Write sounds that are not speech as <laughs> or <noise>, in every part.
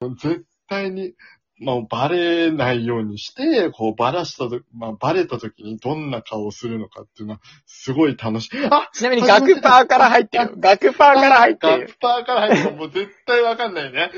絶対に、まあ、バレないようにして、こう、ばらしたと、まあ、バレた時にどんな顔をするのかっていうのは、すごい楽しい。あちなみに学パーから入ってるよ。学パーから入ってるよ。ガッパーから入ってるもう絶対わかんないね。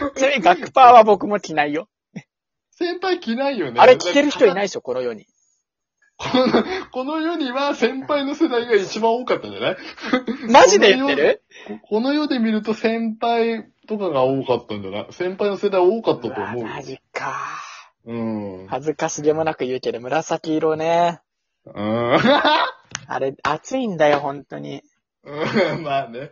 うんちなみに学パーは僕も着ないよ。先輩着ないよね。。あれ着てる人いないいでしょ、この世に。この、この世には先輩の世代が一番多かったんじゃないマジで言ってるここの世で見ると先輩とかが多かったんじゃない先輩の世代多かったと思ううよわ。マジか。うん。恥ずかしげもなく言うけど、紫色ね。うあれ、暑いんだよ、本当に。ん。 <laughs> まあね。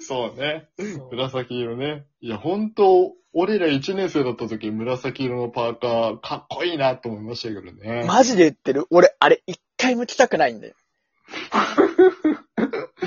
そうね。紫色ね。いや、ほんと、俺ら1年生だった時、紫色のパーカー、かっこいいなと思いましたけどね。マジで言ってる俺、あれ、一回も着たくないんだよ。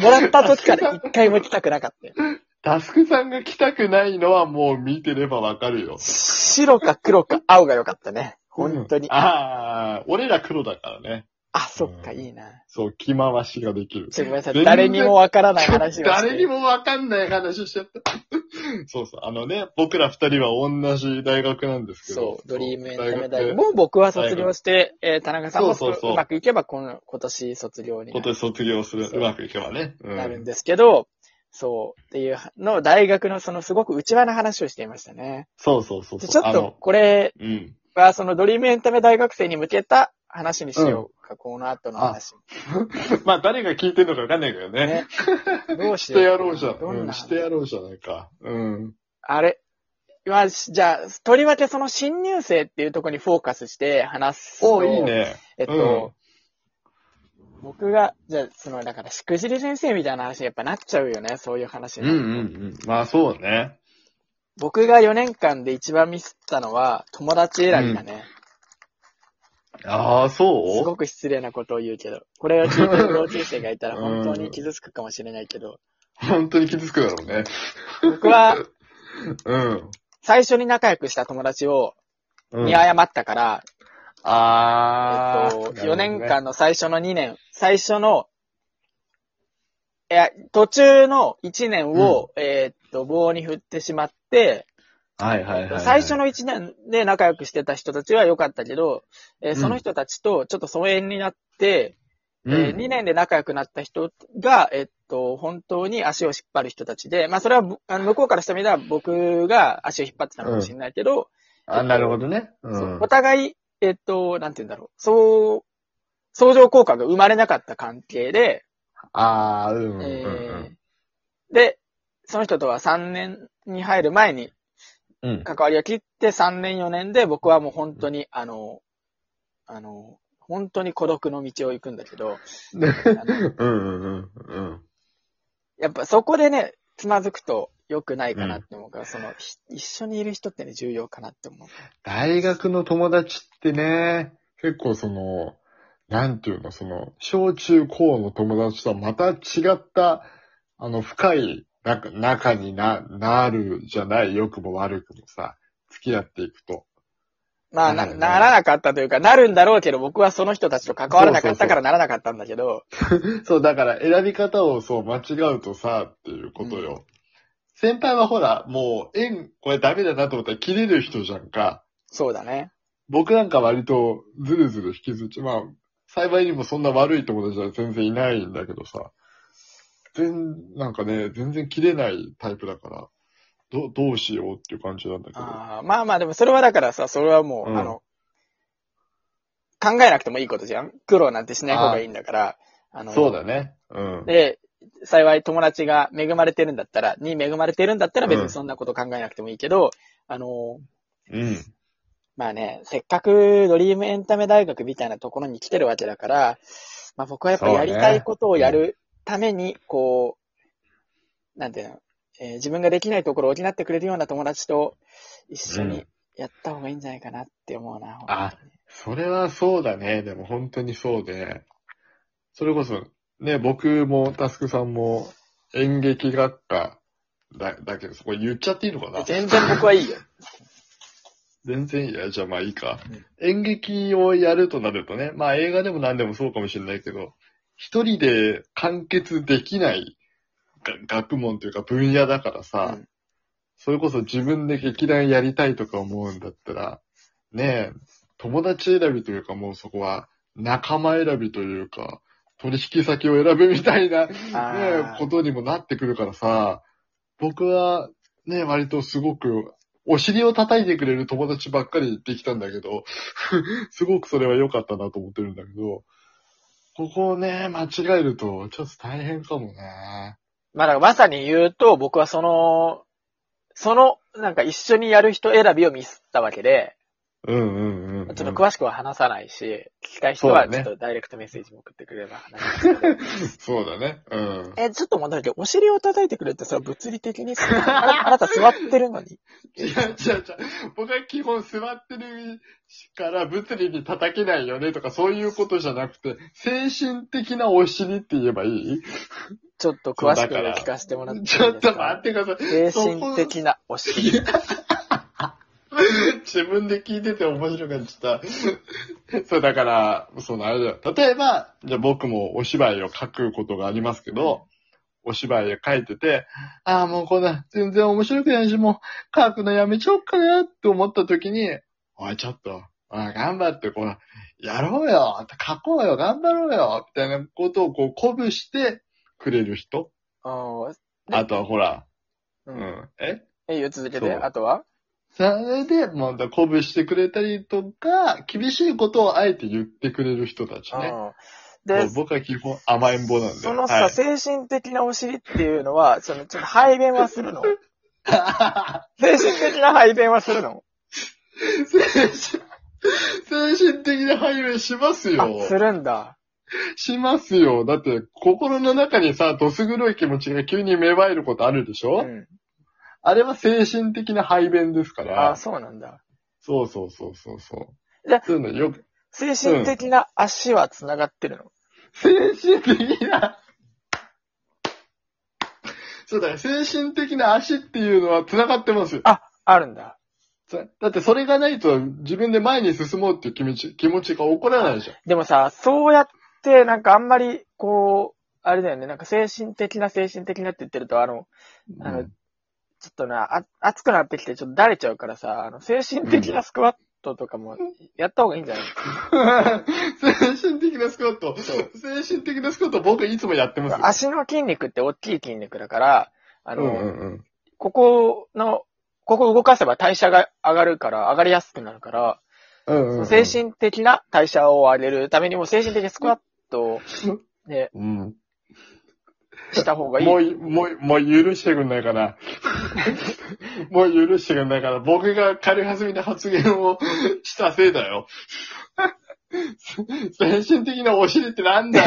もらった時から一回も着たくなかったよ。タスクさんが来たくないのはもう見てればわかるよ。白か黒か青が良かったね。本当に。うんあ、ああ、俺ら黒だからね。そっか、いいな。そう、着回しができる。ちょっとごめんなさ全い。然誰にもわからない話をして。誰にもわかんない話をしちゃった。 <laughs> そうそう。あのね、僕ら二人は同じ大学なんですけど。そう、ドリームエンタメ大大学学もう僕は卒業して、えー、田中さんもそうそうそううまくいけばこの、今年卒業に今年卒業する、そううまくいけばね。うんなるんですけど、そう、っていうの、大学のそのすごく内輪の話をしていましたね。そうそうそうそでう。ちょっあとの、これうん。はそのドリームエンタメ大学生に向けた話にしようか、この後の話。まあ、誰が聞いてるのかわかんないけどね。ね。どうししよう。てやろうじゃん。どんう、なんしてやろうじゃないか。うん。あれ。まあ、しじゃあ、とりわけその新入生っていうところにフォーカスして話すと。おいいね。えっと、僕が、じゃあ、その、だから、しくじり先生みたいな話にやっぱなっちゃうよね、そういう話うにんうなんるうとん。まあ、そうね。僕が4年間で一番ミスったのは、友達選びだね。ああ、すそごく失礼なことを言うけど、これを聞いてる同級生がいたら本当に傷つくかもしれないけど、う本当に傷つくだろうね。僕はうん。最初に仲良くした友達をうん、見誤ったから、ああ、えっと、なるほ4どね年間の最初の2年、最初の、いや、途中の1年を、えーっと、棒に振ってしまって、はいはいはいはい。最初の1年で仲良くしてた人たちは良かったけど、えーうんその人たちとちょっと疎遠になって、うえーん2年で仲良くなった人が、えーっと、本当に足を引っ張る人たちで、まあそれはぶあの向こうからしてみれば僕が足を引っ張ってたのかもしれないけど、あ、なるほどね。うそうんお。互い、えっと、なんて言うんだろう。そう、相乗効果が生まれなかった関係で、ああ、うんうんえうんーで、その人とは3年に入る前にうん。うん。関わりを切って3年4年で僕はもう本当に、あの、あの、本当に孤独の道を行くんだけど、あのうんうんうんやっぱそこでね、つまずくと良くないかなって思うから、その、ひ一緒にいる人ってね、重要かなって思う。大学の友達ってね、結構その、なんていうの、その、小中高の友達とはまた違った、あの、深い仲仲にな、なるじゃない、良くも悪くもさ、付き合っていくと。まあなな、るよねならなかったというか、なるんだろうけど、僕はその人たちと関わらなかったからならなかったんだけど、そう、だから選び方をそう間違うとさ、っていうことよ。先輩はほら、もう、縁、これダメだなと思ったら切れる人じゃんか。そうだね。僕なんか割とずるずる引きずっちゃう。まあ、幸いにもそんな悪い友達は全然いないんだけどさ。全、なんかね、全然切れないタイプだから、ど、どうしようっていう感じなんだけど。あーまあまあ、でもそれはだからさ、それはもう、うんあの、考えなくてもいいことじゃん苦労なんてしない方がいいんだから、あの、そうだね。うん。で、幸い友達が恵まれてるんだったら、に恵まれてるんだったら別うにんそんなこと考えなくてもいいけど、あの、うん。まあね、せっかくドリームエンタメ大学みたいなところに来てるわけだから、まあ僕はやっぱそうやねりたいことをやるために、こう、なんていうの、えー自分ができないところを補ってくれるような友達と一緒うにんやった方がいいんじゃないかなって思うな。あそれはそうだね。でも本当にそうで。それこそ、ね、僕もタスクさんも演劇学科だ、だけど、そこ言っちゃっていいのかな全然僕はいいよ。全然いや、じゃあまあいいかうん。演劇をやるとなるとね、まあ映画でも何でもそうかもしれないけど、一人で完結できないが学問というか分野だからさ、うんそれこそ自分で劇団やりたいとか思うんだったら、ねえ、友達選びというかもうそこは仲間選びというか、取引先を選ぶみたいな、ねえ、ことにもなってくるからさ、僕はね、割とすごく、お尻を叩いてくれる友達ばっかりできたんだけど、 <laughs> すごくそれは良かったなと思ってるんだけど、ここをね、間違えると、ちょっと大変かもね。まあ、だからまさに言うと、僕はその、その、なんか一緒にやる人選びをミスったわけで、うんうんうん、うん。ちょっと詳しくは話さないし、聞きたい人はそうちだょっねとダイレクトメッセージも送ってくれれば <laughs> 話しますけどそうだね。うん。え、ちょっと待って、お尻を叩いてくれってそれは物理的 <laughs> に、ああなた座ってるのに。違う違う違う。僕は基本座ってるから物理に叩けないよねとかそういうことじゃなくて、精神的なお尻って言えばいいちょっと詳しく聞かせてもらっていいですちかょっと待ってください。精神的なお尻。自分で聞いてて面白かった。 <laughs> そう、だから、そのあれだよ。例えば、じゃあ僕もお芝居を書くことがありますけど、お芝居を書いてて、ああ、もうこんな、全然面白くないし、もう書くのやめちゃおうかなって思った時に、おい、ちょっと、おい頑張って、こう、やろうよ、書こうよ、頑張ろうよ、みたいなことをこう、鼓舞してくれる人。うんあとはほら、う。うんん、ええ、言う続けそうて、あとはそれで、また鼓舞してくれたりとか、厳しいことをあえて言ってくれる人たちね。うんでもう、僕は基本甘えん坊なんで。そのはさ、い、精神的なお尻っていうのは、その、ちょっと排便はす <laughs> るの精神的な排便はするの精神、精神的な配慮しますあよ、。するんだ。しますよ。だって、心の中にさ、どす黒い気持ちが急に芽生えることあるでしうょ、ん。あれは精神的な排便ですかあら。そうなんだ。そうそうそうそうそう。でそういうのよく、精神的な足は繋がってるの。精神的な、そうだね、精神的な足っていうのは繋がってますよ。あるんだ。つだってそれがないと自分で前に進もうっていう気持ち、気持ちが起こらないじゃん。でもさ、そうやって、なんかあんまり、こう、あれだよね、なんか精神的な精神的なって言ってると、あの、あのうんちょっとな、あ、熱くなってきてちょっとだれちゃうからさ、あの、精神的なスクワットとかも、やった方がいいんじゃな <laughs> い精神的なスクワット。精神的なスクワット僕いつもやってますよ。足の筋肉って大きい筋肉だから、あの、うんうんここの、ここ動かせば代謝が上がるから、上がりやすくなるから、うんうんうんそうん。の精神的な代謝を上げるためにも精神的なスクワットをね、うん。した方がいい。もうい、もうい、もう許してくんないかな。もう許してくんないかな。僕が軽はずみな発言を <laughs> したせいだよ。 <laughs> 精神的なお尻ってなんだ <laughs> よ。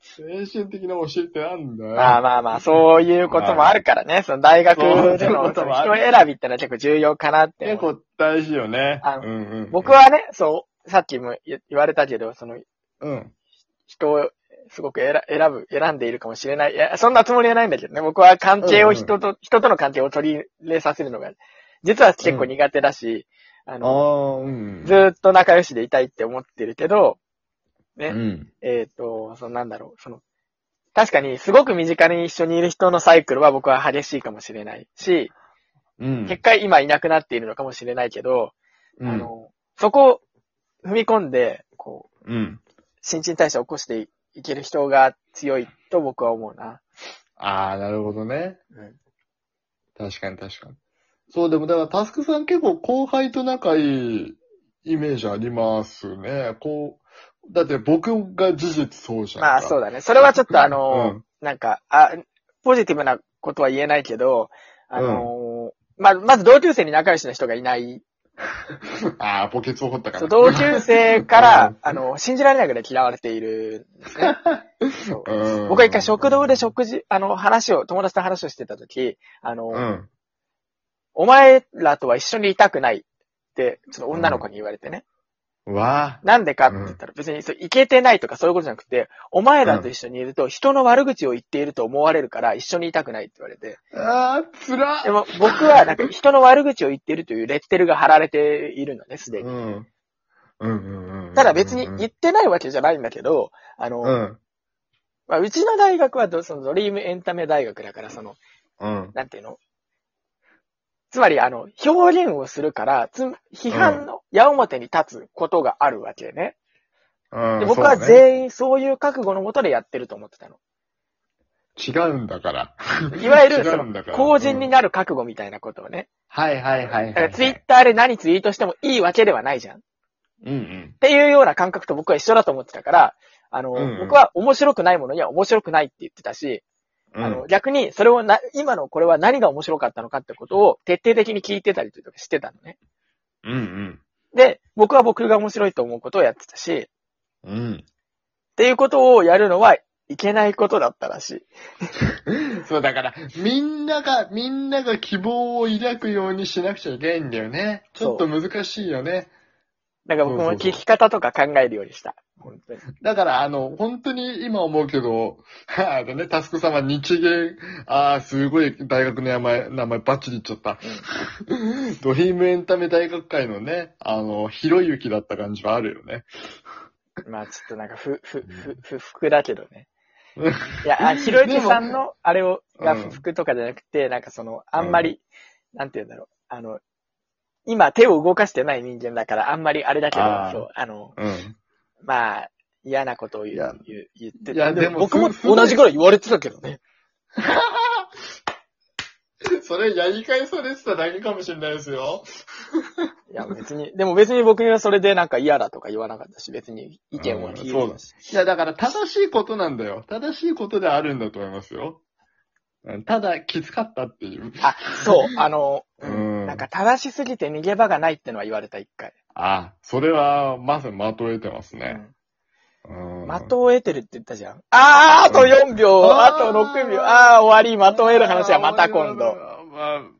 精神的なお尻ってなんだよ。 <laughs> まあまあまあ、そういうこともあるからね、その大学でそういうのことそものある人選びってのは結構重要かなって思う結構大事よね。あのうんうん、僕、はね、そう、さっきも言言われたけど、その、うん。人をすごく選選ぶ、選んでいるかもしれない。いや、そんなつもりはないんだけどね。僕は関係を人と、人との関係を取り入れさせるのが、実は結構苦手だし、ああの、あ、うん。ずーっと仲良しでいたいって思ってるけど、ね、うん。えっ、と、そのなんだろう、その、確かにすごく身近に一緒にいる人のサイクルは僕は激しいかもしれないし、うん。結果今いなくなっているのかもしれないけど、うんあ、の、そこを踏み込んで、こう、うん。新陳代謝を起こしていける人が強いと僕は思うな。ああ、なるほどね。うん確かに確かに。そう、でもだからタスクさん結構後輩と仲いいイメージありますね。こう、だって僕が事実そうじゃんか。まあそうだね。それはちょっとあの、うんなんか、あ、ポジティブなことは言えないけど、あの、まあ、まず同級生に仲良しの人がいない。ああ、ポケツを掘ったかそうら。同級生かうらん、あの、信じられないぐらい嫌われているんですね。そううん僕は一回食堂で食事、あの、話を、友達と話をしてた時、あの、うん。お前らとは一緒にいたくないって、ちょっと女の子に言われてね。わあ。なんでかって言ったら、別にそう、いけてないとかそういうことじゃなくて、お前らと一緒にいると、人の悪口を言っていると思われるから、一緒にいたくないって言われて。ああ、つら <laughs> でも、僕は、なんか、人の悪口を言っているというレッテルが貼られているのね、すでうに。ん。うんうんうん。ただ別にうん言ってないわけじゃないんだけど、あの、うん。まあ、うちの大学はど、そのドリームエンタメ大学だから、その、うん。なんていうのつまり、あの、表現をするから、つ、批判の矢面に立つことがあるわけね。うんで僕はそうね全員そういう覚悟のもとでやってると思ってたの。違うんだから。いわゆる、 <laughs> 違そうんだのか、ら公人になる覚悟みたいなことをね。はいはいはいだかはらい。ツイッターで何ツイートしてもいいわけではないじゃん。っうんうん。ていうような感覚と僕は一緒だと思ってたから、あうの、んうん僕は面白くないものには面白くないって言ってたし、うんあの、逆にそれをな、今のこれは何が面白かったのかってことを徹底的に聞いてたりとかしてたのね。うんで、僕は僕が面白いと思うことをやってたし、っうん。うん。ていうことをやるのはいけないことだったらしい。そう、だから、みんなが、みんなが希望を抱くようにしなくちゃいけないんだよね。ちょっと難しいよね。なんか僕そうもそうそう聞き方とか考えるようにした。本当に。だから、あの、本当に今思うけど、あのね、タスク様、日芸、ああ、すごい大学の名前、名前バッチリ言っちゃった。ドリームエンタメ大学会のね、あの、ひろゆきだった感じはあるよね。まあちょっとなんかふ、ふ、ふ、ふ、服だけどねうん。いや、あひろゆきさんの、あれを、うんが不服とかじゃなくて、なんかその、あんまり、なんて言うんだろう。あの、今手を動かしてない人間だから、あんまりあれだけどあ、ーそう、あの、うん。まあ、嫌なことを言いやう、言う言っていやでも僕もすすごい同じぐらい言われてたけどね。それやり返されてただけかもしれないですよ。いや、別に、でも別に僕にはそれでなんか嫌だとか言わなかったし、別に意見を聞いてうんそうだたし。いや、だから正しいことなんだよ。正しいことであるんだと思いますよ。うんただ、きつかったっていう。あ、そう、あの、うんなんか正しすぎて逃げ場がないってのは言われた一回。あ、それは、まさに的を得てますね。うん。的を得てるって言ったじゃん。あー、あと4秒、ああーと6秒、あー、終わり、的を得る話はまた今度。あ。まあ、